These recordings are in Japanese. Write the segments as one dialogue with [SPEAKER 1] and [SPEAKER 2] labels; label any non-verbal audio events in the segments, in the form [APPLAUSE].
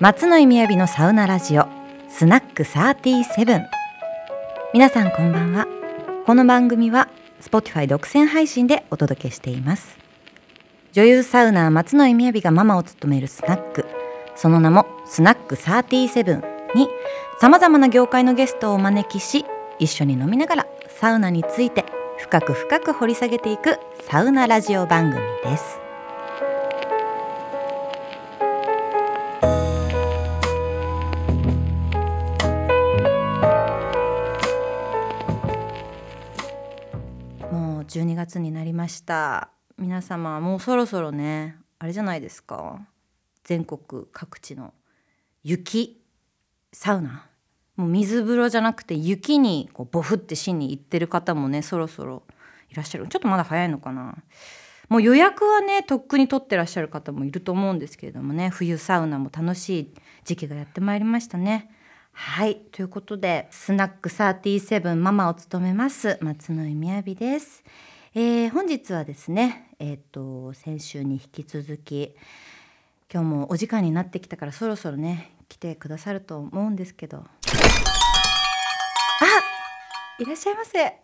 [SPEAKER 1] 松野井みやびのサウナラジオスナック37皆さんこんばんはこの番組は Spotify 独占配信でお届けしています女優サウナー松野井みやびがママを務めるスナックその名もスナック37にさまざまな業界のゲストをお招きし一緒に飲みながらサウナについて深く深く掘り下げていくサウナラジオ番組ですもう12月になりました皆様もうそろそろねあれじゃないですか全国各地の雪サウナもう水風呂じゃなくて雪にこうボフってしに行ってる方もねそろそろいらっしゃるちょっとまだ早いのかなもう予約はねとっくに取ってらっしゃる方もいると思うんですけれどもね冬サウナも楽しい時期がやってまいりましたね。はいということでスナック37ママを務めます松野井みやびです。えー本日はですねえっ、と先週に引き続き今日もお時間になってきたからそろそろね来てくださると思うんですけどあいらっしゃいませ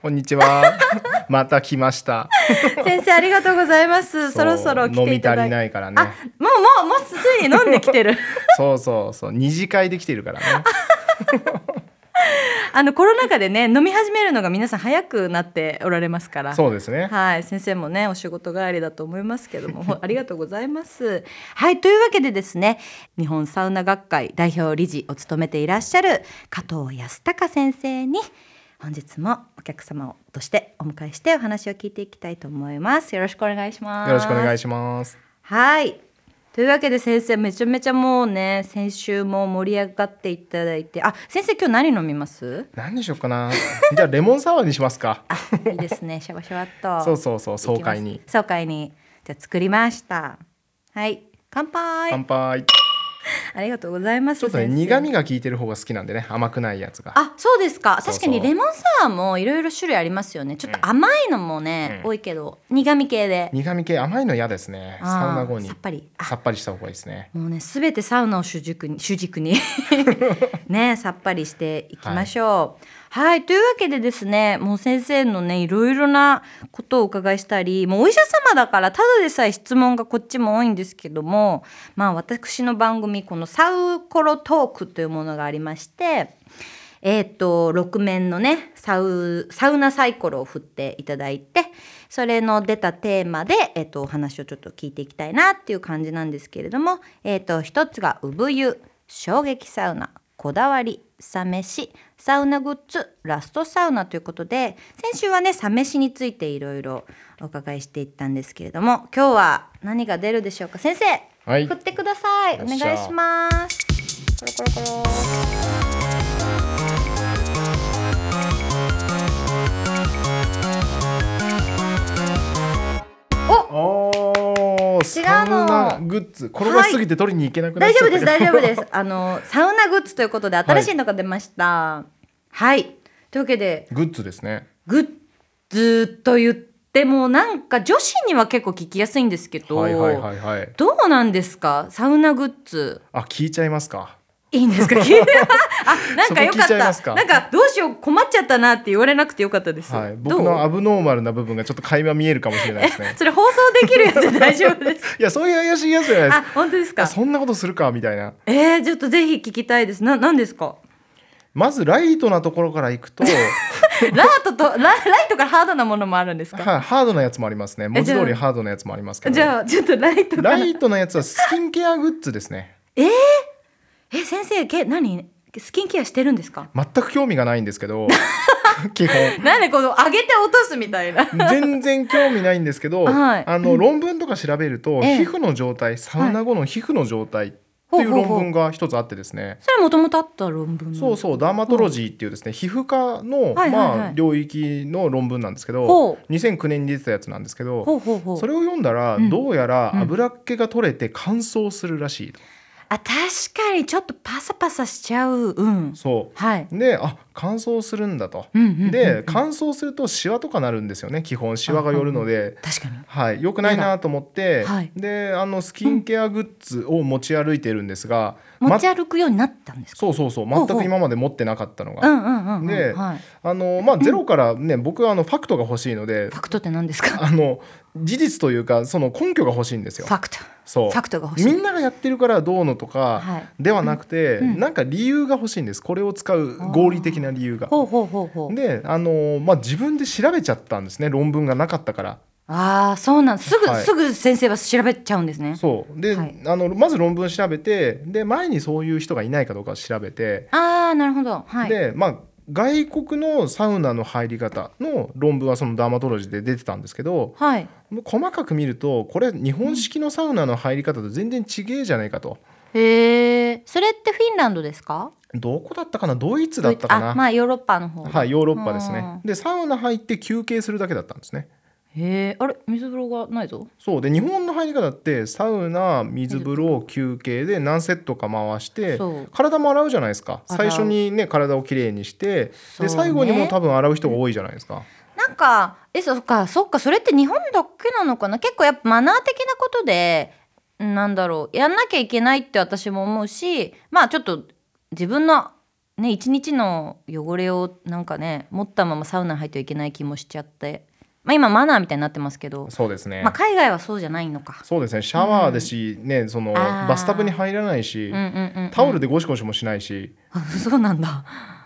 [SPEAKER 2] こんにちは。 [LAUGHS] また来ました。
[SPEAKER 1] 先生ありがとうございます [LAUGHS] そろそろ来
[SPEAKER 2] 飲
[SPEAKER 1] て
[SPEAKER 2] み
[SPEAKER 1] いた
[SPEAKER 2] 足
[SPEAKER 1] だ
[SPEAKER 2] り
[SPEAKER 1] い
[SPEAKER 2] ないから
[SPEAKER 1] あ
[SPEAKER 2] ね。
[SPEAKER 1] もうもうもうすでに飲んできてる
[SPEAKER 2] そうそうそう。二次会できてるからね。
[SPEAKER 1] あのコロナ禍でね飲み始めるのが皆さん早くなっておられますから
[SPEAKER 2] そうですね。
[SPEAKER 1] はい、先生もねお仕事帰りだと思いますけどもほありがとうございます。はいというわけでですね日本サウナ学会代表理事を務めていらっしゃる加藤康隆先生に本日もお客様としてお迎えしてお話を聞いていきたいと思います。よろしくお願いします。
[SPEAKER 2] よろしくお願い
[SPEAKER 1] し
[SPEAKER 2] します。
[SPEAKER 1] ます。はいというわけで先生めちゃめちゃもうね先週も盛り上がっていただいてあ先生今日何飲みます
[SPEAKER 2] 何にしようかな。じゃあレモンサワーにしますか。
[SPEAKER 1] いいですねシャバシャバっと
[SPEAKER 2] [LAUGHS] そうそうそう。爽快に。
[SPEAKER 1] 爽快にじゃあ作りましたはい乾杯
[SPEAKER 2] 乾杯。
[SPEAKER 1] ありがとうございます
[SPEAKER 2] ちょっとね
[SPEAKER 1] 先生
[SPEAKER 2] 苦味が効いてる方が好きなんでね。甘くないやつが。
[SPEAKER 1] あそうですか
[SPEAKER 2] そうそう
[SPEAKER 1] 確かにレモンサワーもいろいろ種類ありますよねちょっと甘いのもね、
[SPEAKER 2] うん
[SPEAKER 1] 多いけど苦味系で
[SPEAKER 2] 苦味系甘いの嫌ですね。
[SPEAKER 1] あー
[SPEAKER 2] サウナ後に
[SPEAKER 1] さっぱりあ
[SPEAKER 2] さっぱりした方がいいですね。
[SPEAKER 1] もうねすべてサウナを主軸に主軸にねさっぱりしていきましょう。はい、というわけでですねもう先生のねいろいろなことをお伺いしたりもうお医者様だからただでさえ質問がこっちも多いんですけどもまあ私の番組このサウコロトークというものがありまして。えー、と6面のねサウサウナサイコロを振っていただいてそれの出たテーマで、えー、とお話をちょっと聞いていきたいなっていう感じなんですけれども、えー、と一つが産湯衝撃サウナこだわりサ飯サウナグッズラストサウナということで先週はねサ飯についていろいろお伺いしていったんですけれども今日は何が出るでしょうか先生、
[SPEAKER 2] はい
[SPEAKER 1] 振ってください
[SPEAKER 2] よ
[SPEAKER 1] お
[SPEAKER 2] っし
[SPEAKER 1] 願
[SPEAKER 2] ゃ
[SPEAKER 1] いします。コロコロコロ
[SPEAKER 2] おお。
[SPEAKER 1] 違うの
[SPEAKER 2] サウナグッズ。転がしすぎて取りに行けなくなっ
[SPEAKER 1] 大
[SPEAKER 2] ち
[SPEAKER 1] 丈
[SPEAKER 2] ゃっ
[SPEAKER 1] 夫
[SPEAKER 2] た
[SPEAKER 1] で
[SPEAKER 2] け
[SPEAKER 1] す大
[SPEAKER 2] ど。
[SPEAKER 1] 丈夫です [LAUGHS] あのサウナグッズということで新しいのが出ましたはい、というわけで
[SPEAKER 2] [LAUGHS] グッズですね。
[SPEAKER 1] グッズと言ってもなんか女子には結構聞きやすいんですけど、
[SPEAKER 2] はいはいはいはい。
[SPEAKER 1] どうなんですかサウナグッズ
[SPEAKER 2] あ、聞いちゃいますか。
[SPEAKER 1] いいんです
[SPEAKER 2] [LAUGHS]
[SPEAKER 1] か [LAUGHS] 聞いてあなんかよかっ
[SPEAKER 2] そこ聞いちゃいま
[SPEAKER 1] た
[SPEAKER 2] すか
[SPEAKER 1] なんかどうしよう困っちゃったなって言われなくてよかったです、
[SPEAKER 2] はい、
[SPEAKER 1] ど
[SPEAKER 2] 僕
[SPEAKER 1] う
[SPEAKER 2] のアブノーマルな部分がちょっと垣間見えるかもしれないで
[SPEAKER 1] [LAUGHS]。
[SPEAKER 2] すね
[SPEAKER 1] それ放送できるやつ大丈夫
[SPEAKER 2] [LAUGHS]
[SPEAKER 1] です
[SPEAKER 2] いや、そういう怪しいやつじゃないです
[SPEAKER 1] あ本当です
[SPEAKER 2] か。
[SPEAKER 1] か
[SPEAKER 2] そんなことするかみたいな。
[SPEAKER 1] えー、ちょっとぜひ聞きたいですな何です
[SPEAKER 2] [LAUGHS]
[SPEAKER 1] か
[SPEAKER 2] まずライトなところから行
[SPEAKER 1] [LAUGHS]
[SPEAKER 2] くと、
[SPEAKER 1] ラートとラライトからハードなものもあるんですか
[SPEAKER 2] はい、ハードなやつもありますね。文字
[SPEAKER 1] じゃあ
[SPEAKER 2] 通りハードなやつもありますけど。
[SPEAKER 1] じゃあちょっとライトから
[SPEAKER 2] ライトなやつはスキンケアグッズですね。
[SPEAKER 1] え先生け何スキンケアしてるんですか
[SPEAKER 2] 全く興味がないんです
[SPEAKER 1] [LAUGHS]
[SPEAKER 2] けど、基本。
[SPEAKER 1] なんでこの上げて落とすみたいな
[SPEAKER 2] 全然興味ないんですけど、
[SPEAKER 1] はい
[SPEAKER 2] あの論文とか調べると、
[SPEAKER 1] ええ
[SPEAKER 2] 皮膚の状態サウナ後の皮膚の状態っていう論文が一つあってですね、
[SPEAKER 1] それもともとあった論文
[SPEAKER 2] そうそうダーマトロジーっていうですね、皮膚科
[SPEAKER 1] はいはい
[SPEAKER 2] の、
[SPEAKER 1] はい
[SPEAKER 2] まあ、領域の論文なんですけ
[SPEAKER 1] ほ
[SPEAKER 2] ど2009年に出てたやつなんですけど
[SPEAKER 1] ほうほうほう
[SPEAKER 2] それを読んだら、
[SPEAKER 1] うん
[SPEAKER 2] どうやら
[SPEAKER 1] うん
[SPEAKER 2] 油っ気が取れて乾燥するらしいと、
[SPEAKER 1] あ確かにちょっとパサパサしちゃううん
[SPEAKER 2] そ
[SPEAKER 1] はいう
[SPEAKER 2] であ乾燥するんだと。
[SPEAKER 1] うんうんうんうん
[SPEAKER 2] で乾燥するとシワとかなるんですよね基本シワが寄るので、
[SPEAKER 1] 確かに
[SPEAKER 2] はい、良くないなと思って、
[SPEAKER 1] はい
[SPEAKER 2] であのスキンケアグッズを持ち歩いてるんですが、ま
[SPEAKER 1] 持ち歩くようになったんですか、
[SPEAKER 2] そうそうそう
[SPEAKER 1] ほう
[SPEAKER 2] 全く今まで持ってなかったのが、
[SPEAKER 1] うんうんうんうん
[SPEAKER 2] で
[SPEAKER 1] はい、
[SPEAKER 2] あのまあ、ゼロからね、僕はあのファクトが欲しいので
[SPEAKER 1] ファクトって何ですか
[SPEAKER 2] あの事実というかその根拠が欲しいんです
[SPEAKER 1] フ
[SPEAKER 2] よ。
[SPEAKER 1] ァクト
[SPEAKER 2] そう
[SPEAKER 1] ファクトが欲しい
[SPEAKER 2] みんながやってるからどうのとか
[SPEAKER 1] はい
[SPEAKER 2] ではなくて、
[SPEAKER 1] うんうん
[SPEAKER 2] なんか理由が欲しいんですこれを使う合理的な理由が。
[SPEAKER 1] ほうほうほうほう
[SPEAKER 2] であのーまあ、自分で調べちゃったんですね論文がなかったから。
[SPEAKER 1] ああそうなんすぐ、
[SPEAKER 2] はい
[SPEAKER 1] すぐ先生は調べちゃうんですね
[SPEAKER 2] そうで、
[SPEAKER 1] はい
[SPEAKER 2] あのまず論文調べてで前にそういう人がいないかどうかを調べて、
[SPEAKER 1] ああなるほどはい
[SPEAKER 2] でまあ外国のサウナの入り方の論文はそのダーマトロジーで出てたんですけど
[SPEAKER 1] はい
[SPEAKER 2] 細かく見るとこれ日本式のサウナの入り方と全然違えじゃないかと
[SPEAKER 1] へえそれってフィンランドですか
[SPEAKER 2] どこだったかなドイツだったかな
[SPEAKER 1] あまあヨーロッパの方
[SPEAKER 2] はい、ヨーロッパです
[SPEAKER 1] う
[SPEAKER 2] ね
[SPEAKER 1] ん。
[SPEAKER 2] でサウナ入って休憩するだけだったんですね。
[SPEAKER 1] へえあれ水風呂がないぞ
[SPEAKER 2] そうで日本の入り方ってサウナ水風呂休憩で何セットか回して
[SPEAKER 1] そう
[SPEAKER 2] 体も洗うじゃないですか
[SPEAKER 1] 洗
[SPEAKER 2] 最
[SPEAKER 1] う
[SPEAKER 2] 初にね体をきれいにして
[SPEAKER 1] そう
[SPEAKER 2] で
[SPEAKER 1] ね
[SPEAKER 2] 最後にもう多分洗う人が多いじゃないですか
[SPEAKER 1] なんかえそっかそっかそれって日本だけなのかな結構やっぱマナー的なことでなんだろうやんなきゃいけないって私も思うしまあちょっと自分のね一日の汚れをなんかね持ったままサウナ入ってはいけない気もしちゃってまあ今マナーみたいになってますけど、
[SPEAKER 2] そうですね
[SPEAKER 1] まあ海外はそうじゃないのか。
[SPEAKER 2] そうですねシャワーですしねその
[SPEAKER 1] あー
[SPEAKER 2] バスタブに入らないし
[SPEAKER 1] うんうんうんうん、
[SPEAKER 2] タオルでゴシゴシもしないし
[SPEAKER 1] あそうなんだ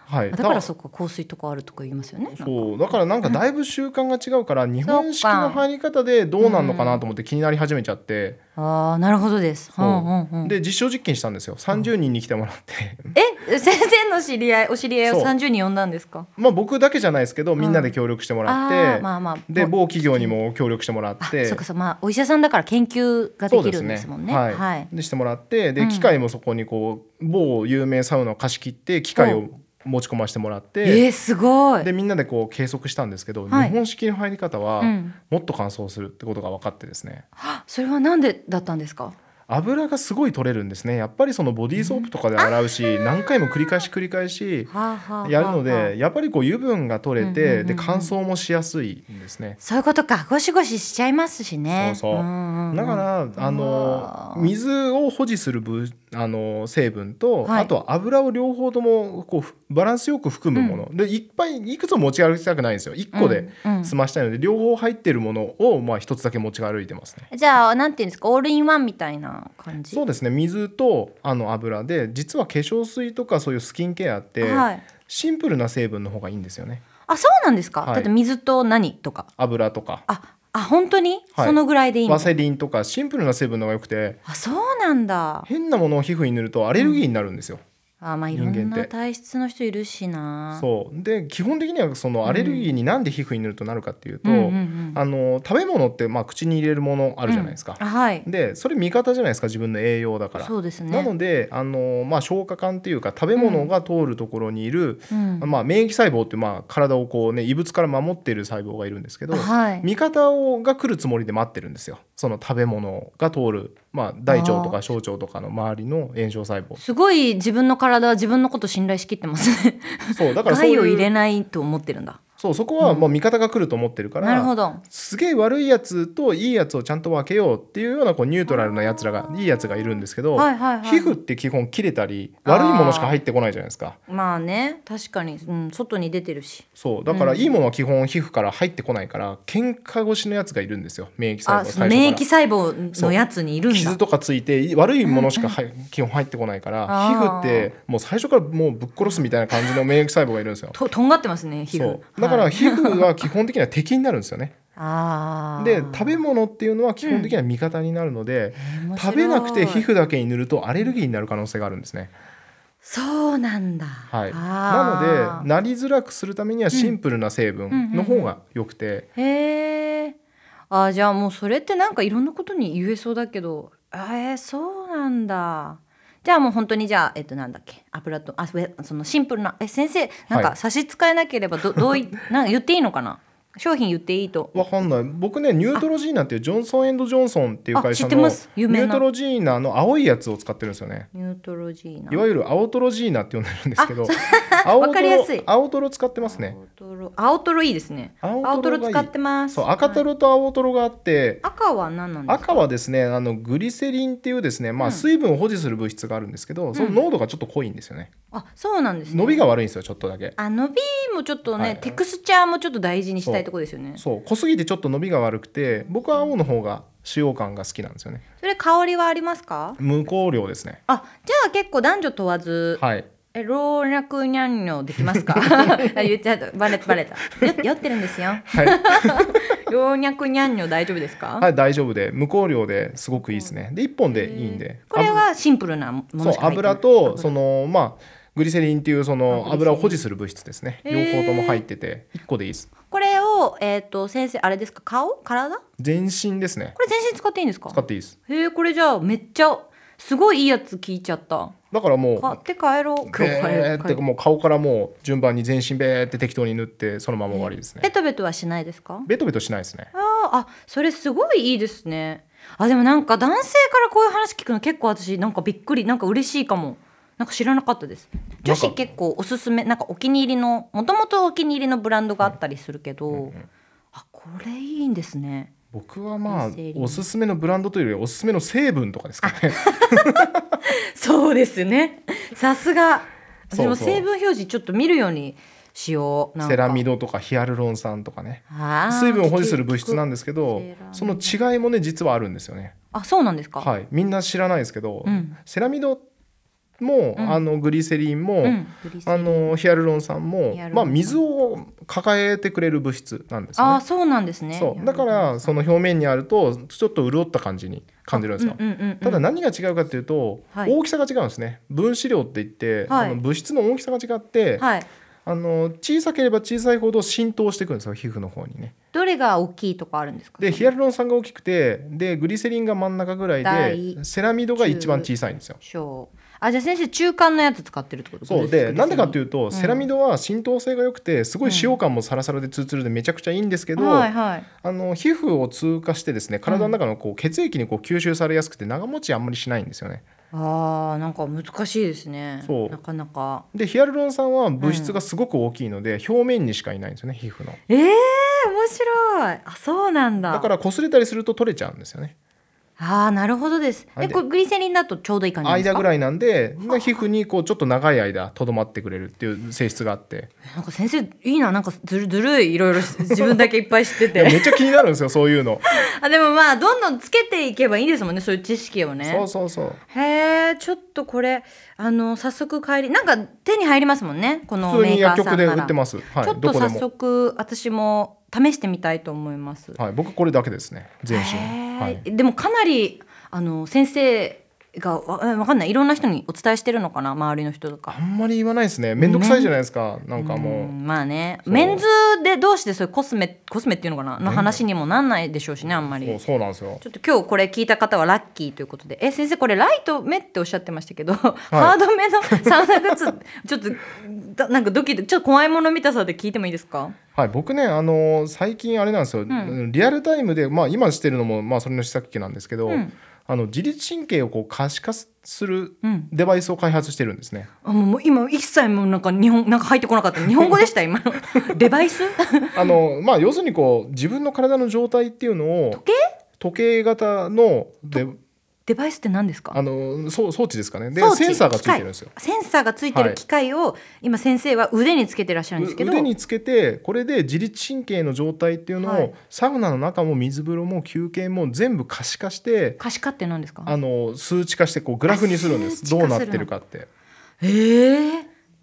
[SPEAKER 2] はい
[SPEAKER 1] だから
[SPEAKER 2] タ
[SPEAKER 1] そっか香水とかあるとか言いますよねなんか
[SPEAKER 2] そうだからなんかだいぶ習慣が違うから日本式の入り方でどうなんのかなと思って気になり始めちゃって
[SPEAKER 1] ああなるほどです。
[SPEAKER 2] そう
[SPEAKER 1] うんうんうん
[SPEAKER 2] で実証実験したんですよ30人に来てもらって [LAUGHS]
[SPEAKER 1] え先生の知り合いお知り合い
[SPEAKER 2] そ
[SPEAKER 1] を
[SPEAKER 2] う
[SPEAKER 1] 三十人呼んだんですか。
[SPEAKER 2] まあ僕だけじゃないですけど
[SPEAKER 1] ん
[SPEAKER 2] みんなで協力してもらっ
[SPEAKER 1] あ
[SPEAKER 2] て、
[SPEAKER 1] あまあまあ。
[SPEAKER 2] で
[SPEAKER 1] ぼ
[SPEAKER 2] 某企業にも協力してもらっ
[SPEAKER 1] あ
[SPEAKER 2] て
[SPEAKER 1] そうかそうまあお医者さんだから研究ができるんですもんね。
[SPEAKER 2] は
[SPEAKER 1] はいい、
[SPEAKER 2] でしてもらって
[SPEAKER 1] う
[SPEAKER 2] で
[SPEAKER 1] ん
[SPEAKER 2] 機械もそこにこう某有名サウナを貸し切って機械を持ち込ませてもらって、
[SPEAKER 1] えー、すごい。
[SPEAKER 2] でみんなでこう計測したんですけど、
[SPEAKER 1] はい
[SPEAKER 2] 日本式の入り方は
[SPEAKER 1] うん
[SPEAKER 2] もっと乾燥するってことが分かってですね
[SPEAKER 1] あそれはなんでだったんですか。
[SPEAKER 2] 油がすごい取れるんですねやっぱりそのボディーソープとかで洗うし、何回も繰り返し繰り返し
[SPEAKER 1] はあ、はあ、
[SPEAKER 2] やるの
[SPEAKER 1] はあはあ
[SPEAKER 2] でやっぱりこう油分が取れ
[SPEAKER 1] うんうんうん
[SPEAKER 2] て
[SPEAKER 1] うん
[SPEAKER 2] で乾燥もしやすいんですね。
[SPEAKER 1] そういうことかゴシゴシしちゃいますしね。
[SPEAKER 2] そうそうん
[SPEAKER 1] んん
[SPEAKER 2] だからあの
[SPEAKER 1] わー
[SPEAKER 2] 水を保持する分あの成分と、
[SPEAKER 1] はい
[SPEAKER 2] あとは油を両方ともこうふバランスよく含むもの、でいっぱいいくつも持ち歩きたくないんですよ1個で
[SPEAKER 1] うんうん
[SPEAKER 2] 済ましたいので、両方入ってるものを、まあ、1つだけ持ち歩いてますね。
[SPEAKER 1] じゃあなんていうんですかオールインワンみたいな感じ。
[SPEAKER 2] そうですね水とあの油で実は化粧水とかそういうスキンケアって、
[SPEAKER 1] はい。
[SPEAKER 2] シンプルな成分の方がいいんですよね
[SPEAKER 1] あそうなんですか。
[SPEAKER 2] はい
[SPEAKER 1] だって水と何とか。
[SPEAKER 2] 油とか
[SPEAKER 1] ああ本当に、
[SPEAKER 2] はい
[SPEAKER 1] そのぐらいでいいの
[SPEAKER 2] ワセリンとかシンプルな成分の方がよくて
[SPEAKER 1] あそうなんだ
[SPEAKER 2] 変なものを皮膚に塗るとアレルギーになるんですよ。
[SPEAKER 1] あまあいろ
[SPEAKER 2] 人間って
[SPEAKER 1] んな体質の人いるしな
[SPEAKER 2] そうで基本的にはそのアレルギーになんで皮膚に塗るとなるかっていうと、
[SPEAKER 1] うんうんうん
[SPEAKER 2] あの食べ物ってまあ口に入れるものあるじゃないですか、
[SPEAKER 1] うんあはい
[SPEAKER 2] でそれ味方じゃないですか自分の栄養だから。
[SPEAKER 1] そうですね
[SPEAKER 2] なのであの、まあ、消化管っていうか食べ物が通るところにいる、
[SPEAKER 1] うん
[SPEAKER 2] まあ、免疫細胞っていう、まあ、体をこう、ね、異物から守っている細胞がいるんですけど、
[SPEAKER 1] はい
[SPEAKER 2] 味方をが来るつもりで待ってるんですよその食べ物が通る、まあ、大腸とか小腸とかの周りの炎症細胞。
[SPEAKER 1] すごい自分の体は自分のこと信頼しきってますね
[SPEAKER 2] そう [LAUGHS] だからそうい
[SPEAKER 1] 害を入れ
[SPEAKER 2] う
[SPEAKER 1] ないと思ってるんだ
[SPEAKER 2] そうそこはもう味方が来ると思ってるから、
[SPEAKER 1] なるほど
[SPEAKER 2] すげえ悪いやつといいやつをちゃんと分けようっていうようなこうニュートラルなやつらがいいやつがいるんですけど、
[SPEAKER 1] はいはいはい
[SPEAKER 2] 皮膚って基本切れたり悪いものしか入ってこないじゃないですか
[SPEAKER 1] まあね確かに、うん、外に出てるし
[SPEAKER 2] そうだからいいものは基本皮膚から入ってこないから喧嘩越しのやつがいるんですよ免疫細胞
[SPEAKER 1] あ
[SPEAKER 2] 最初
[SPEAKER 1] そ
[SPEAKER 2] か
[SPEAKER 1] の
[SPEAKER 2] ら
[SPEAKER 1] 免疫細胞のやつにいるんだ
[SPEAKER 2] 傷とかついて悪いものしかはい基本入ってこないから
[SPEAKER 1] あ
[SPEAKER 2] 皮
[SPEAKER 1] ー
[SPEAKER 2] 膚ってもう最初からもうぶっ殺すみたいな感じの免疫細胞がいるんですよ
[SPEAKER 1] ととんがってますね皮膚
[SPEAKER 2] そうだか
[SPEAKER 1] はい
[SPEAKER 2] ら皮膚は基本的には敵になるんですよね
[SPEAKER 1] あー
[SPEAKER 2] で食べ物っていうのは基本的には味方になるので、
[SPEAKER 1] 面白い
[SPEAKER 2] 食べなくて皮膚だけに塗るとアレルギーになる可能性があるんですね。
[SPEAKER 1] そうなんだ
[SPEAKER 2] はい、
[SPEAKER 1] あー
[SPEAKER 2] なのでなりづらくするためにはシンプルな成分の方が良くて、
[SPEAKER 1] へえ。あじゃあもうそれってなんかいろんなことに言えそうだけど、えー、そうなんだ。じゃあもう本当にじゃあえっとなんだっけ油とあそれそのシンプルなえ先生なん
[SPEAKER 2] は
[SPEAKER 1] か [LAUGHS]
[SPEAKER 2] い
[SPEAKER 1] 差し支えなければど、どういなんか言っていいのかな。商品言っていいと
[SPEAKER 2] わかんない僕ねニュートロジーナっていうジョンソンエンドジョンソンっていう会社
[SPEAKER 1] あ知っ
[SPEAKER 2] の
[SPEAKER 1] て
[SPEAKER 2] ニ
[SPEAKER 1] ます有
[SPEAKER 2] ュ
[SPEAKER 1] 名な
[SPEAKER 2] ートロジーナの青いやつを使ってるんですよね
[SPEAKER 1] ニュートロジーナ
[SPEAKER 2] いわゆる青トロジーナって呼んでるんですけど [LAUGHS] 青トロ
[SPEAKER 1] わかりやすい
[SPEAKER 2] 青トロ使ってますね
[SPEAKER 1] 青トロ青トロいいですね青
[SPEAKER 2] 青
[SPEAKER 1] ト
[SPEAKER 2] トロ
[SPEAKER 1] ロ
[SPEAKER 2] がいい
[SPEAKER 1] 使ってます
[SPEAKER 2] そう赤ト
[SPEAKER 1] ロ、
[SPEAKER 2] ロと青トロがあって、
[SPEAKER 1] はい赤は何なんですか
[SPEAKER 2] 赤はですねあのグリセリンっていうですね、ま
[SPEAKER 1] う
[SPEAKER 2] あ、
[SPEAKER 1] ん
[SPEAKER 2] 水分を保持する物質があるんですけど、その濃度がちょっと濃いんですよね、
[SPEAKER 1] あそうなんです、ね、
[SPEAKER 2] 伸びが悪いんですよちょっとだけ
[SPEAKER 1] あ伸びもちょっとね、
[SPEAKER 2] はい
[SPEAKER 1] テクスチャーもちょっと大事にしたいとこですよねそ
[SPEAKER 2] そう濃すぎてちょっと伸びが悪くて僕は青の方が使用感が好きなんですよね
[SPEAKER 1] れ香りはありますか
[SPEAKER 2] 無香料ですね
[SPEAKER 1] あじゃあ結構男女問わず、
[SPEAKER 2] はい
[SPEAKER 1] え老若にゃんにょできます
[SPEAKER 2] [LAUGHS]
[SPEAKER 1] かあ言っちゃったバレバレた酔酔ってるんですよ
[SPEAKER 2] はい、
[SPEAKER 1] [LAUGHS] 老若にゃんにょ大丈夫ですか、
[SPEAKER 2] はい、大丈夫で無香料ですごくいいですねで1本でいいんで
[SPEAKER 1] これはシンプルなも
[SPEAKER 2] そ
[SPEAKER 1] の
[SPEAKER 2] う
[SPEAKER 1] しか入ってない
[SPEAKER 2] 油とそのまあグリセリンっていうその
[SPEAKER 1] あグリセリン
[SPEAKER 2] 油を保持する物質ですね
[SPEAKER 1] へ
[SPEAKER 2] 両
[SPEAKER 1] ー
[SPEAKER 2] 方とも入ってて1個でいいです
[SPEAKER 1] これをえっ、と先生あれですか顔体こ
[SPEAKER 2] 全身ですね
[SPEAKER 1] れ全身使っていいんですか
[SPEAKER 2] 使っていいです
[SPEAKER 1] へえこれじゃあめっちゃすごいいいやつ聞いちゃった
[SPEAKER 2] だからもう
[SPEAKER 1] 買って帰ろう
[SPEAKER 2] ベーって
[SPEAKER 1] 帰ろう
[SPEAKER 2] もう顔からもう順番に全身ベーって適当に塗ってそのまま終わりです
[SPEAKER 1] ベ
[SPEAKER 2] ね
[SPEAKER 1] トベトはしないですか
[SPEAKER 2] ベトベトしないですね
[SPEAKER 1] あーあそれすごいいいですねあでもなんか男性からこういう話聞くの結構私なんかびっくりなんか嬉しいかもなんか知らなかったです女子結構おすすめなんかお気に入りのもともとお気に入りのブランドがあったりするけど、あこれいいんですね
[SPEAKER 2] 僕はまあ
[SPEAKER 1] グリセリン
[SPEAKER 2] おすすめのブランドというよりおすすめの成分とかですかね
[SPEAKER 1] そうですねさすが
[SPEAKER 2] そうそう
[SPEAKER 1] でも成分表示ちょっと見るようにしようなんか
[SPEAKER 2] セラミドとかヒアルロン酸とかね
[SPEAKER 1] あー
[SPEAKER 2] 水分を保持する物質なんですけ
[SPEAKER 1] 聞
[SPEAKER 2] ど
[SPEAKER 1] く聞く
[SPEAKER 2] その違いもね実はあるんですよね
[SPEAKER 1] あそうなんですか、
[SPEAKER 2] はいみんな知らないですけど、
[SPEAKER 1] うん
[SPEAKER 2] セラミドも、
[SPEAKER 1] うん
[SPEAKER 2] あのグリセリンも、
[SPEAKER 1] うん、グリセリ
[SPEAKER 2] あ
[SPEAKER 1] ン
[SPEAKER 2] のヒアルロン酸も
[SPEAKER 1] ヒアルロン酸
[SPEAKER 2] まあ、水を抱えてくれる物質なんですね
[SPEAKER 1] あーそうなんですね
[SPEAKER 2] そうだからその表面にあるとちょっと潤った感じに感じるんですよ。
[SPEAKER 1] うんうんうんうん
[SPEAKER 2] ただ何が違うかっていうと、
[SPEAKER 1] はい
[SPEAKER 2] 大きさが違うんですね分子量って言って、
[SPEAKER 1] はい
[SPEAKER 2] あの物質の大きさが違って、
[SPEAKER 1] はい
[SPEAKER 2] あの小さければ小さいほど浸透していくんですよ皮膚の方にね。
[SPEAKER 1] どれが大きいとかあるんですか
[SPEAKER 2] でヒアルロン酸が大きくてでグリセリンが真ん中ぐらい
[SPEAKER 1] 大
[SPEAKER 2] でセラミドが一番小さいんですよ。
[SPEAKER 1] 小あじゃあ先生中間のやつ使ってるってこと
[SPEAKER 2] そうでなんでかって
[SPEAKER 1] いう
[SPEAKER 2] いうと、
[SPEAKER 1] ん
[SPEAKER 2] セラミドは浸透性が良くてすごい使用感もサラサラでツルツルでめちゃくちゃいいんですけど、
[SPEAKER 1] はいはい
[SPEAKER 2] あの皮膚を通過してですね体の中のこう血液にこう吸収されやすくて長持ちあんまりしないんですよね。
[SPEAKER 1] あーなんか難しいですね
[SPEAKER 2] そう
[SPEAKER 1] なかなか
[SPEAKER 2] でヒアルロン酸は物質がすごく大きいので、表面にしかいないんですよね皮膚の
[SPEAKER 1] えー、面白いあそうなんだ
[SPEAKER 2] だから擦れたりすると取れちゃうんですよね
[SPEAKER 1] あーなるほどです
[SPEAKER 2] は
[SPEAKER 1] え
[SPEAKER 2] いで
[SPEAKER 1] これグリセリンだとちょうどいい感じなんです
[SPEAKER 2] 間
[SPEAKER 1] か
[SPEAKER 2] ぐらいなんでまあ皮膚にこうちょっと長い間とどまってくれるっていう性質があって
[SPEAKER 1] なんか先生いいななんかずるず [LAUGHS] るいいろいろし自分だけいっぱい知って
[SPEAKER 2] いや
[SPEAKER 1] て
[SPEAKER 2] めっちゃ気になるんですよそういうの、
[SPEAKER 1] あでもまあどんどんつけていけばいいですもんねそういう知識をね
[SPEAKER 2] そうそうそう
[SPEAKER 1] へえちょっとこれあの早速帰りなんか手に入りますもんねこの
[SPEAKER 2] 普通
[SPEAKER 1] メ
[SPEAKER 2] に
[SPEAKER 1] ーカ
[SPEAKER 2] 薬
[SPEAKER 1] ーさ
[SPEAKER 2] 局
[SPEAKER 1] んか
[SPEAKER 2] で
[SPEAKER 1] ら
[SPEAKER 2] 売ってますはい
[SPEAKER 1] ちょっと
[SPEAKER 2] どこで
[SPEAKER 1] 早
[SPEAKER 2] も、
[SPEAKER 1] 速私も試してみたいと思います。
[SPEAKER 2] はい、僕これだけですね全
[SPEAKER 1] へ
[SPEAKER 2] 身、
[SPEAKER 1] ー
[SPEAKER 2] はい、
[SPEAKER 1] でもかなりあの先生がわわかんないいろんな人にお伝えしてるのかな周りの人と
[SPEAKER 2] あ
[SPEAKER 1] か。
[SPEAKER 2] んまり言わないですねめんどくさいじゃないですか、なんか
[SPEAKER 1] う
[SPEAKER 2] も
[SPEAKER 1] んまあね
[SPEAKER 2] そう
[SPEAKER 1] メンズでどうしてそういうコスメコスメっていうのかなの話にもなんないでしょうしねあんま
[SPEAKER 2] う
[SPEAKER 1] り。
[SPEAKER 2] そうそうなんですよ
[SPEAKER 1] ちょっと今日これ聞いた方はラッキーということでえ先生これライト目っておっしゃってましたけど、 [LAUGHS] ハード目のサウナグッズちょっとだなんかドキドキちょっと怖いもの見たさで聞いてもいいですか
[SPEAKER 2] はい、僕ね、あのー最近あれなんですよ、
[SPEAKER 1] ん
[SPEAKER 2] リアルタイムで、まあ、今してるのも、まあ、それの試作機なんですけど、
[SPEAKER 1] うん
[SPEAKER 2] あの自律神経をこう可視化する
[SPEAKER 1] うん
[SPEAKER 2] デバイスを開発してるんですね。
[SPEAKER 1] あもうもう今一切もうなんか日本なんか入ってこなかった日本語でした
[SPEAKER 2] [LAUGHS]
[SPEAKER 1] 今のデバイス
[SPEAKER 2] あのまあ、要するにこう自分の体の状態っていうのを時
[SPEAKER 1] 計
[SPEAKER 2] 型ので
[SPEAKER 1] デバイスって何ですか
[SPEAKER 2] あのそう装置ですかねで
[SPEAKER 1] 装置
[SPEAKER 2] センサーがついてるんですよ。
[SPEAKER 1] 機械センサーがついてる機械を、今先生は腕につけてらっしゃるんですけ
[SPEAKER 2] う
[SPEAKER 1] ど
[SPEAKER 2] 腕につけてこれで自律神経の状態っていうのを、
[SPEAKER 1] はい
[SPEAKER 2] サウナの中も水風呂も休憩も全部可視化して
[SPEAKER 1] 可視化って何ですか
[SPEAKER 2] あの数値化してこうグラフにするんで
[SPEAKER 1] あ数
[SPEAKER 2] す
[SPEAKER 1] 値化
[SPEAKER 2] ど
[SPEAKER 1] する
[SPEAKER 2] う
[SPEAKER 1] の
[SPEAKER 2] なってるかって。
[SPEAKER 1] えー、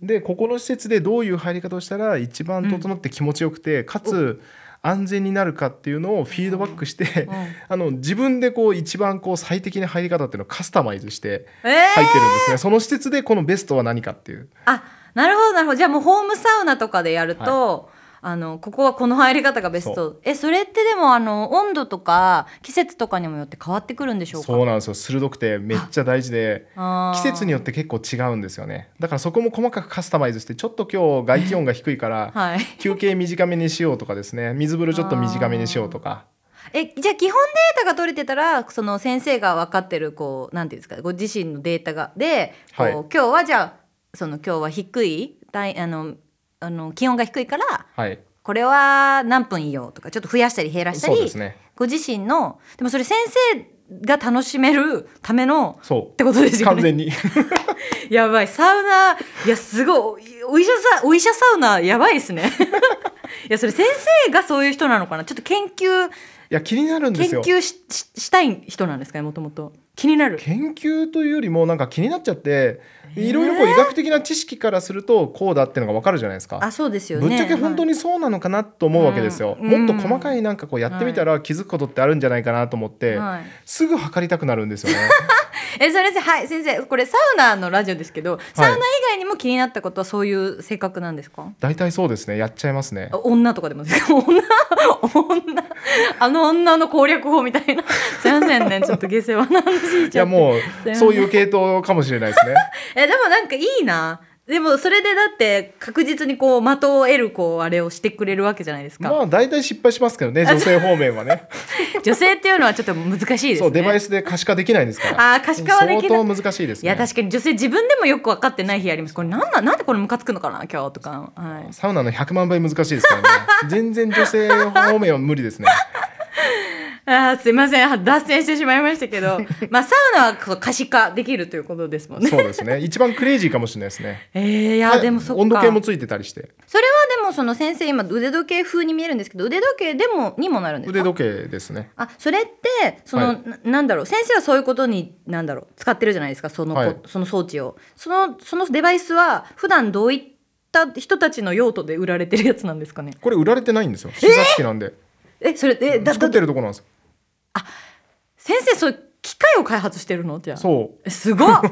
[SPEAKER 2] でここの施設でどういう入り方をしたら一番整って気持ちよくて、かつ安全になるかっていうのをフィードバックして、
[SPEAKER 1] うん
[SPEAKER 2] [LAUGHS] あの自分でこう一番こう最適な入り方っていうのをカスタマイズして
[SPEAKER 1] え
[SPEAKER 2] 入
[SPEAKER 1] ー
[SPEAKER 2] ってるんですね、その施設でこのベストは何かっていう
[SPEAKER 1] あなるほどなるほどじゃあもうホームサウナとかでやると、あのここはこの入り方がベス
[SPEAKER 2] そ
[SPEAKER 1] トえそれってでもあの温度とか季節とかにもよって変わってくるんでしょうか
[SPEAKER 2] そうなんですよ鋭くてめっちゃ大事で
[SPEAKER 1] あー
[SPEAKER 2] 季節によって結構違うんですよねだからそこも細かくカスタマイズしてちょっと今日外気温が低いから
[SPEAKER 1] はい
[SPEAKER 2] 休憩短めにしようとかですね水風呂ちょっと短めにしようとか
[SPEAKER 1] えじゃあ基本データが取れてたらその先生が分かってるこうなんていうんですかご自身のデータがでこう、
[SPEAKER 2] はい
[SPEAKER 1] 今日はじゃあその今日は低い大あのあの気温が低いから
[SPEAKER 2] はい
[SPEAKER 1] これは何分いいよとかちょっと増やしたり減らした
[SPEAKER 2] そうで
[SPEAKER 1] り、
[SPEAKER 2] すね
[SPEAKER 1] ご自身のでもそれ先生が楽しめるための
[SPEAKER 2] そ
[SPEAKER 1] ってことです
[SPEAKER 2] う
[SPEAKER 1] よ
[SPEAKER 2] 完
[SPEAKER 1] ね。
[SPEAKER 2] 全に
[SPEAKER 1] やばいサウナいやすごいお医者さんお医者サウナやばいですね。 [LAUGHS] いやそれ先生がそういう人なのかなちょっと研究
[SPEAKER 2] いや気になるんです
[SPEAKER 1] 研
[SPEAKER 2] よ
[SPEAKER 1] 究しししたい人なんですかねもともと気になる
[SPEAKER 2] 研究というよりもなんか気になっちゃっていろいろこう医学的な知識からするとこうだってのが分かるじゃないですか
[SPEAKER 1] あそうですよね
[SPEAKER 2] ぶっちゃけ本当
[SPEAKER 1] に、
[SPEAKER 2] にそうなのかなと思うわけですよ、
[SPEAKER 1] うん
[SPEAKER 2] もっと細かいなんかこうやってみたら気づくことってあるんじゃないかなと思って、
[SPEAKER 1] はいはい
[SPEAKER 2] すぐ測りたくなるんですよね
[SPEAKER 1] えそれではい先生これサウナのラジオですけどサウナ以外にも気になったことはそういう性格なんですか、
[SPEAKER 2] 大体そうですねやっちゃいますね
[SPEAKER 1] あ女とかでも [LAUGHS] ですか女女あの女の攻略法みたいな [LAUGHS] すいませんねちょっと下世話な話し
[SPEAKER 2] い
[SPEAKER 1] ちゃ
[SPEAKER 2] や
[SPEAKER 1] って
[SPEAKER 2] も
[SPEAKER 1] せん
[SPEAKER 2] うそういう系統かもしれないですね
[SPEAKER 1] えでも [LAUGHS] なんかいいなでもそれでだって確実にこう的を得るこうあれをしてくれるわけじゃないですか、
[SPEAKER 2] まあ大体失敗しますけどね女性方面
[SPEAKER 1] [LAUGHS]
[SPEAKER 2] はね
[SPEAKER 1] 女性っていうのはちょっと難しいですね
[SPEAKER 2] そうデバイスで可視化できないですから
[SPEAKER 1] あー可視化はできない
[SPEAKER 2] 相当難しいです
[SPEAKER 1] い
[SPEAKER 2] ね
[SPEAKER 1] や確かに女性自分でもよく分かってない日ありますこれなんなんなんでこれムカつくのかな今日とか、はい、
[SPEAKER 2] サウナの100万倍難しいですからね全然女性方面は無理ですね
[SPEAKER 1] あーすいませんは脱線してしまいましたけ
[SPEAKER 2] [LAUGHS]
[SPEAKER 1] どまあサウナはこう可視化できるということですも [LAUGHS] んね
[SPEAKER 2] そうですね一番クレイジーかもしれないですね
[SPEAKER 1] えー、いやでもそっか
[SPEAKER 2] 温度計もついてたりして
[SPEAKER 1] それはでもその先生今腕時計風に見えるんですけど腕時計でもにもなるんですか
[SPEAKER 2] 腕時計ですね
[SPEAKER 1] あそれってその、
[SPEAKER 2] はい
[SPEAKER 1] ななんだろう先生はそういうことになんだろう使ってるじゃないですかその,、
[SPEAKER 2] はい
[SPEAKER 1] その装置をそのそのデバイスは普段どういった人たちの用途で売られてるやつなんですかね
[SPEAKER 2] これ売られてないんですよ試作機なんで、
[SPEAKER 1] [LAUGHS] えそれえだ
[SPEAKER 2] 作
[SPEAKER 1] だ
[SPEAKER 2] ってるところなんですよ
[SPEAKER 1] 先生そういう機械を開発してるのじゃあ
[SPEAKER 2] [LAUGHS] そ
[SPEAKER 1] えすごっ確か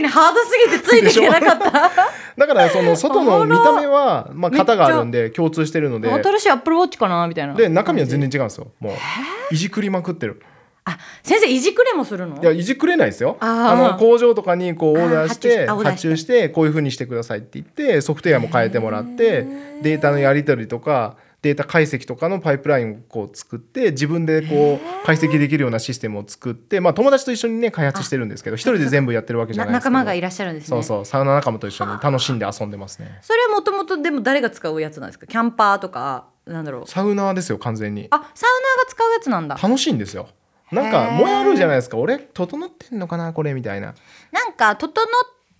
[SPEAKER 1] にハードすぎてついていけなか
[SPEAKER 2] [LAUGHS]
[SPEAKER 1] った
[SPEAKER 2] うだからその外の
[SPEAKER 1] おもろ
[SPEAKER 2] 見た目は、まあ、型があるんで共通してるので
[SPEAKER 1] 新しいアップルウォッチかなみたいな
[SPEAKER 2] で中身は全然違うんですよもういじくりまくってる
[SPEAKER 1] あ先生いじくれもするの
[SPEAKER 2] いやいじくれないですよ
[SPEAKER 1] あー
[SPEAKER 2] あの工場とかにこうオーダーし
[SPEAKER 1] あ
[SPEAKER 2] て
[SPEAKER 1] ー発注し
[SPEAKER 2] 発
[SPEAKER 1] あオーダー
[SPEAKER 2] 注してこういうふうにしてくださいって言ってソフトウェアも変えてもらってデータのやり取りとかデータ解析とかのパイプラインをこう作って自分でこう解析できるようなシステムを作ってまあ友達と一緒にね開発してるんですけど一人で全部やってるわけじゃ
[SPEAKER 1] な
[SPEAKER 2] ないです
[SPEAKER 1] 仲
[SPEAKER 2] け
[SPEAKER 1] 間
[SPEAKER 2] ど
[SPEAKER 1] がいらっしゃるんですね
[SPEAKER 2] そうそうサウナ仲間と一緒に楽しんで遊んでますね
[SPEAKER 1] それはもともとでも誰が使うやつなんですかキャンパーとかなんだろう
[SPEAKER 2] サウナーですよ完全に
[SPEAKER 1] あサウナーが使うやつなんだ
[SPEAKER 2] 楽しいんですよなんか
[SPEAKER 1] へー
[SPEAKER 2] もやるじゃないですか俺整ってんのかなこれみたいな
[SPEAKER 1] なんか整っ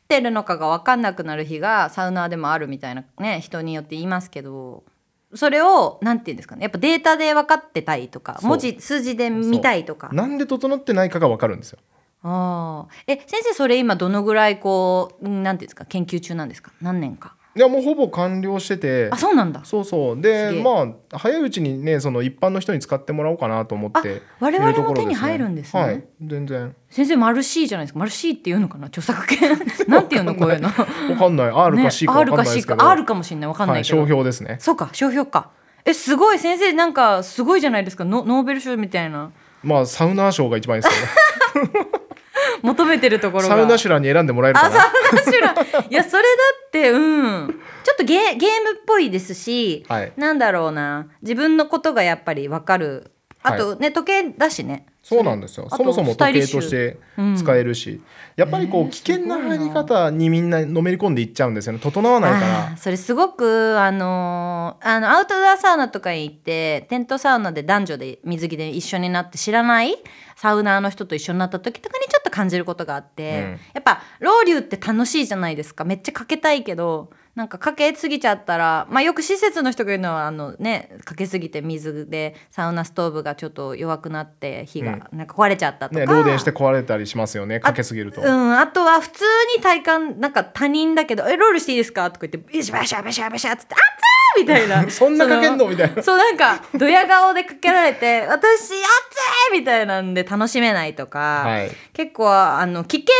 [SPEAKER 1] てるのかが分かんなくなる日がサウナーでもあるみたいなね人によって言いますけどそれをなんて言うんですかねやっぱデータで分かってたいとか
[SPEAKER 2] そう
[SPEAKER 1] 文字数字で見たいとか
[SPEAKER 2] なんで整ってないかが分かるんですよ
[SPEAKER 1] ああえ先生それ今どのぐらいこううんなんていうんですか研究中なんですか何年か
[SPEAKER 2] いやもうほぼ完了してて
[SPEAKER 1] あそうなんだ
[SPEAKER 2] そうそう
[SPEAKER 1] すげ
[SPEAKER 2] で
[SPEAKER 1] え
[SPEAKER 2] まあ早いうちにねその一般の人に使ってもらおうかなと思って
[SPEAKER 1] 我
[SPEAKER 2] い
[SPEAKER 1] 々
[SPEAKER 2] るとこ
[SPEAKER 1] も
[SPEAKER 2] ろで
[SPEAKER 1] 手に
[SPEAKER 2] すね
[SPEAKER 1] 入るんですね
[SPEAKER 2] はい全然
[SPEAKER 1] 先生マル C じゃないですかマル C っていうのかな著作権なんていうのこういうの
[SPEAKER 2] わかんない R か C か
[SPEAKER 1] ね、
[SPEAKER 2] わ
[SPEAKER 1] R
[SPEAKER 2] かんな
[SPEAKER 1] か
[SPEAKER 2] い
[SPEAKER 1] C
[SPEAKER 2] ですけ
[SPEAKER 1] か
[SPEAKER 2] ど、
[SPEAKER 1] R かもしれないわかんな
[SPEAKER 2] はいい
[SPEAKER 1] けど、
[SPEAKER 2] 商標ですね
[SPEAKER 1] そうか商標かえすごい先生なんかすごいじゃないですかノノーベル賞みたいな [LAUGHS]
[SPEAKER 2] まあサウナー賞が一番いいですよね
[SPEAKER 1] 求めてる [LAUGHS] ところが
[SPEAKER 2] サウナシュラーに選んでもらえるか
[SPEAKER 1] あ
[SPEAKER 2] な
[SPEAKER 1] サウナシュ
[SPEAKER 2] [LAUGHS]
[SPEAKER 1] ラいやそれだってうんちょっとゲゲームっぽいですし、
[SPEAKER 2] はい
[SPEAKER 1] なんだろうな自分のことがやっぱりわかるあとね、時計だしね
[SPEAKER 2] そうなんですよ
[SPEAKER 1] あと
[SPEAKER 2] そもそも
[SPEAKER 1] スタイ
[SPEAKER 2] 時
[SPEAKER 1] リッ
[SPEAKER 2] 計
[SPEAKER 1] シュ
[SPEAKER 2] として使えるし、やっぱりこう危険な入り方にみんなのめり込んでいっちゃうんですよね整わないか
[SPEAKER 1] あー
[SPEAKER 2] ら
[SPEAKER 1] それすごくあのーあのアウトドアサウナとかに行ってテントサウナで男女で水着で一緒になって知らないサウナーの人と一緒になった時とかにちょっと感じることがあって、
[SPEAKER 2] うん
[SPEAKER 1] やっぱロウリュって楽しいじゃないですかめっちゃかけたいけどなんかかけすぎちゃったら、まあ、よく施設の人が言うのはあの、ね、かけすぎて水でサウナストーブがちょっと弱くなって火がなんか壊れちゃったとか、
[SPEAKER 2] ね漏電して壊れたりしますよねかけすぎると、
[SPEAKER 1] うん、あとは普通に体感なんか他人だけど「えロールしていいですか?」とか言って「ビシャビシャビシャビシャ」っつって「あっつー!」みたいな
[SPEAKER 2] そんなかけんのみたいな
[SPEAKER 1] そそうなんかドヤ顔でかけられて「私あっつー!」みたいなんで楽しめないとか、
[SPEAKER 2] はい
[SPEAKER 1] 結構あの危険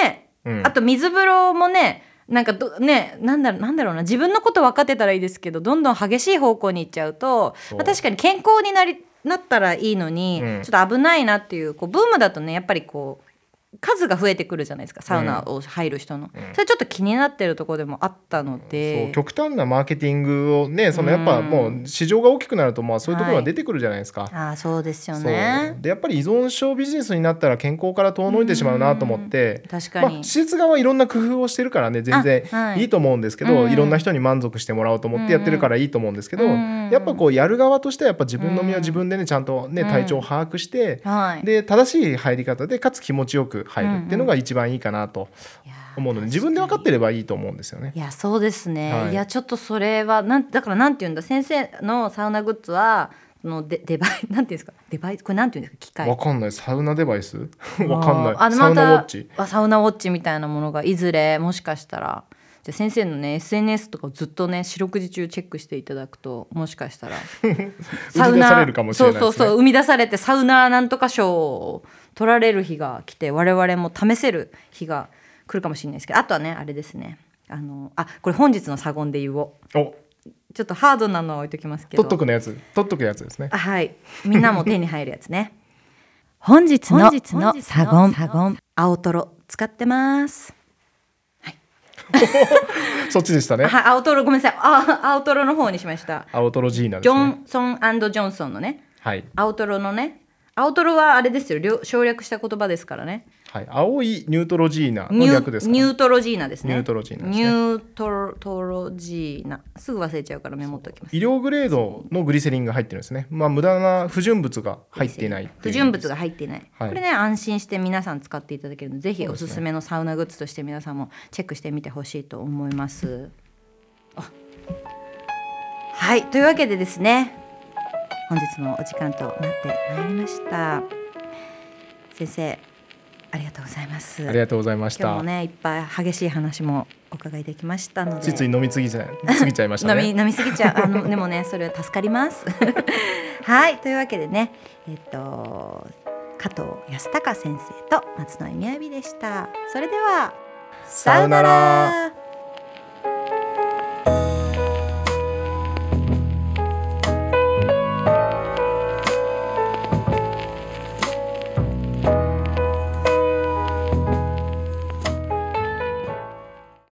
[SPEAKER 1] なね、
[SPEAKER 2] うん
[SPEAKER 1] あと水風呂もねなんかどねなんだろうなんだろうな自分のこと分かってたらいいですけどどんどん激しい方向に行っちゃうと
[SPEAKER 2] そう
[SPEAKER 1] まあ確かに健康になりなったらいいのに、
[SPEAKER 2] うん
[SPEAKER 1] ちょっと危ないなっていうこうブームだとねやっぱりこう数が増えてくるじゃないですかサウナを入る人の、
[SPEAKER 2] うん
[SPEAKER 1] それちょっと気になってるところでもあったの
[SPEAKER 2] そ
[SPEAKER 1] で
[SPEAKER 2] う極端なマーケティングをねそのやっぱ
[SPEAKER 1] うん
[SPEAKER 2] もう市場が大きくなるとまあそういうところ
[SPEAKER 1] は
[SPEAKER 2] が
[SPEAKER 1] い
[SPEAKER 2] 出てくるじゃないですか。
[SPEAKER 1] ああそうですよ
[SPEAKER 2] そう
[SPEAKER 1] ね
[SPEAKER 2] でやっぱり依存症ビジネスになったら健康から遠のいてしまうなと思って。
[SPEAKER 1] 確か
[SPEAKER 2] まあ、
[SPEAKER 1] に、
[SPEAKER 2] 施設側はいろんな工夫をしてるからね全然
[SPEAKER 1] あはい
[SPEAKER 2] いいと思うんですけど、
[SPEAKER 1] うん
[SPEAKER 2] いろんな人に満足してもらおうと思ってやってるからいいと思うんですけど、
[SPEAKER 1] うん
[SPEAKER 2] やっぱこうやる側としてはやっぱ自分の身
[SPEAKER 1] うん
[SPEAKER 2] は自分でねちゃんとね、
[SPEAKER 1] うん
[SPEAKER 2] 体調を把握して、
[SPEAKER 1] はい
[SPEAKER 2] で正しい入り方でかつ気持ちよく入るっていうのが一番いいかなと
[SPEAKER 1] いやー
[SPEAKER 2] 思うので、自分で分かってればいいと思うんですよね。
[SPEAKER 1] いやそうですね、
[SPEAKER 2] はい
[SPEAKER 1] い、やちょっとそれはなんだからなんて言うんだ先生のサウナグッズはそのデデバイなんていうんですかデバイスこれなんていうんですか機械
[SPEAKER 2] わかんないサウナデバイス [LAUGHS] わかんな
[SPEAKER 1] あ
[SPEAKER 2] い
[SPEAKER 1] の
[SPEAKER 2] サウナウォッ
[SPEAKER 1] ま
[SPEAKER 2] チ
[SPEAKER 1] たあサウナウォッチみたいなものがいずれもしかしたらじゃあ先生のね SNS とかをずっとね四六時中チェックしていただくともしかしたら
[SPEAKER 2] [LAUGHS] 生み出されるかもしれない
[SPEAKER 1] そ
[SPEAKER 2] ですね
[SPEAKER 1] うそうそう生み出されてサウナなんとか賞を取られる日が来て我々も試せる日が来るかもしれないですけどあとはねあれですねあのあこれ本日のサゴンで言おう
[SPEAKER 2] お
[SPEAKER 1] ちょっとハードなのは置いときますけど
[SPEAKER 2] 取っとくのやつ取っとくやつですね
[SPEAKER 1] あはいみんなも手に入るやつね本日
[SPEAKER 3] の
[SPEAKER 1] サゴンサゴン青トロ使ってます
[SPEAKER 2] そっちでしたね
[SPEAKER 1] はい青トロごめんなさいあ青トロの方にしました
[SPEAKER 2] アウトロジーナで
[SPEAKER 1] ジ
[SPEAKER 2] す
[SPEAKER 1] ョ
[SPEAKER 2] ね
[SPEAKER 1] ンソンジョンソンのね
[SPEAKER 2] はい
[SPEAKER 1] 青トロのね青トロはあれですよりょ省略した言葉ですからね
[SPEAKER 2] はい青いニュートロジーナの
[SPEAKER 1] ニュ
[SPEAKER 2] 略です
[SPEAKER 1] ー
[SPEAKER 2] か
[SPEAKER 1] ニ
[SPEAKER 2] ね
[SPEAKER 1] ュートロジーナですね
[SPEAKER 2] ニュートロジーナで
[SPEAKER 1] ニ
[SPEAKER 2] すね
[SPEAKER 1] ュートロトロジーナすぐ忘れちゃうからメモっときます
[SPEAKER 2] 医療グレードのグリセリンが入ってるんですねまあ無駄な不純物が入っていないって
[SPEAKER 1] 不
[SPEAKER 2] いう
[SPEAKER 1] 純物が入っていない、
[SPEAKER 2] はい
[SPEAKER 1] これね安心して皆さん使っていただけるのでぜひ
[SPEAKER 2] そ
[SPEAKER 1] お
[SPEAKER 2] うです
[SPEAKER 1] す
[SPEAKER 2] ね
[SPEAKER 1] すめのサウナグッズとして皆さんもチェックしてみてほしいと思いますあはいというわけでですね本日もお時間となってまいりました先生ありがとうございます
[SPEAKER 2] ありがとうございまし
[SPEAKER 1] 今日
[SPEAKER 2] た
[SPEAKER 1] もねいっぱい激しい話もお伺いできましたので
[SPEAKER 2] ついつい飲み過ぎちゃい過ぎちゃいました
[SPEAKER 1] 飲
[SPEAKER 2] ね
[SPEAKER 1] み飲みすぎちゃうあの [LAUGHS] でもねそれは助かります [LAUGHS] はいというわけでねえっと加藤康隆先生と松野恵美やびでしたそれでは
[SPEAKER 2] さよなら
[SPEAKER 1] さよなら